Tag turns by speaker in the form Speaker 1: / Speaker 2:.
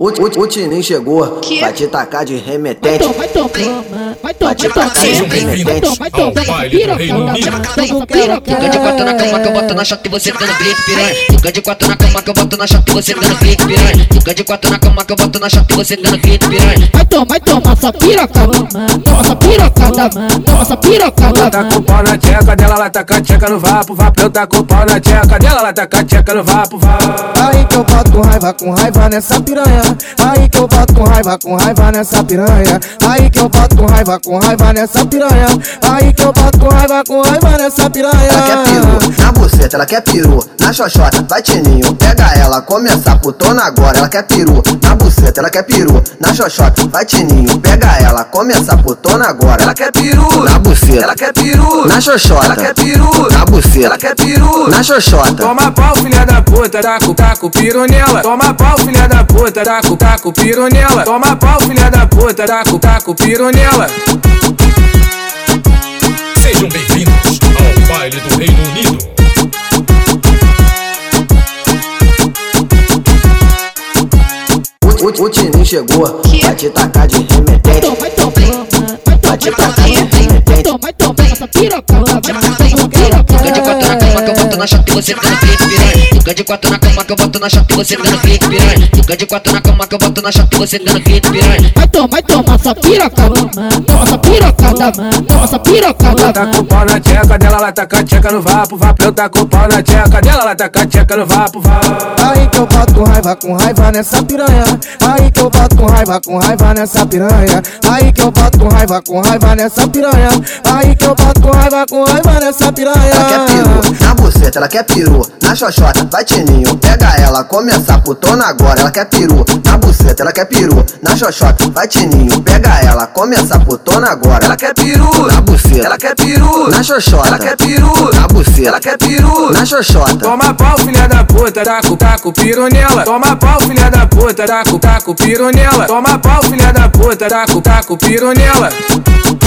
Speaker 1: O, o, o Tinim chegou
Speaker 2: Que?
Speaker 1: pra te tacar de
Speaker 3: Vai
Speaker 1: remetente.
Speaker 4: Então,
Speaker 3: tomar, vai tomar, vai tomar,
Speaker 2: Vai
Speaker 3: vai tomar,
Speaker 2: sejam
Speaker 3: vai
Speaker 1: bem-vindos
Speaker 3: tomar, vai tomar,
Speaker 5: ao
Speaker 3: vai
Speaker 5: baile do
Speaker 3: tomar,
Speaker 5: Reino Unido.
Speaker 6: Grande quatro na cama que eu boto na chata e você tá no clique, piranha. Grande quatro na cama que eu boto na chata e você tá no clique, piranha. Grande quatro na cama que eu boto na chata e você tá no clique, piranha.
Speaker 3: Vai tomar, vai tomar, só pirocada, toma só pirocada, toma só pirocada.
Speaker 4: Tá com o pau na tcheca dela, ela taca a tcheca no vapo, vapo. Eu tá com o pau na tcheca dela, ela taca a tcheca no vapo, vapo.
Speaker 7: Tá Aí que eu boto raiva com raiva nessa piranha. Aí que eu boto raiva com raiva nessa piranha. Aí que eu boto raiva com raiva nessa piranha. Aí que eu boto raiva com raiva nessa piranha.
Speaker 1: Ela quer peru, na buceta, ela quer peru, na xoxota, vai tininho, pega ela, começa a putona agora, ela quer peru, na buceta, ela quer peru, na xoxota, vai tininho, pega ela, começa a putona agora, ela
Speaker 4: Ela
Speaker 1: quer
Speaker 4: quer peru,
Speaker 1: na buceta,
Speaker 4: ela quer peru,
Speaker 1: na xoxota,
Speaker 4: ela quer peru,
Speaker 1: na
Speaker 4: ela
Speaker 1: buceta,
Speaker 4: quer peru.
Speaker 1: na xoxota,
Speaker 4: Toma pau, filha da puta, taco, taco, piro nela. Toma pau, filha da puta, taco, taco, piro nela. Toma pau, filha da puta, taco, taco, piro nela.
Speaker 5: Sejam bem-vindos ao baile do Reino Unido.
Speaker 1: o, o, o Tininho chegou
Speaker 2: Que?
Speaker 1: pra te tacar de remetente.
Speaker 3: Vai tomar, vai tomar, vai tomar, vai tomar, vai tomar, só pirocada, toma
Speaker 6: Grande quatro na cama que eu boto na chata e você tá no clique, piranha. Grande quatro na cama que eu boto na chata e você tá no clique, piranha. Grande quatro na cama que eu boto na chata e você tá no clique, piranha.
Speaker 3: Vai tomar, vai tomar, só pirocada, toma só pirocada, toma só
Speaker 4: Ela tá
Speaker 3: pirocada.
Speaker 4: com o pau na tcheca dela, ela taca a tcheca no vapo, vapo. Eu tá com o pau na tcheca dela, ela taca a tcheca no vapo, vapo.
Speaker 7: Aí que eu boto raiva com raiva nessa piranha. Aí que eu boto raiva com raiva nessa piranha. Aí que eu boto raiva com raiva nessa piranha. Aí que eu boto raiva com raiva nessa piranha.
Speaker 1: Ela quer é peru, na buceta, ela quer peru, na xoxota, vai tininho, pega ela, começa a putona agora, ela quer peru, na buceta, ela quer peru, na xoxota, vai tininho, pega ela, começa a putona agora,
Speaker 4: Ela quer peru,
Speaker 1: na buceta,
Speaker 4: ela quer peru,
Speaker 1: na xoxota,
Speaker 4: ela quer peru,
Speaker 1: na buceta,
Speaker 4: ela quer peru.
Speaker 1: na xoxota,
Speaker 4: Toma pau, filha da puta, taco, taco, piro nela. Toma pau, filha da puta, taco, taco, piro nela. Toma pau, filha da puta, taco, taco, piro nela.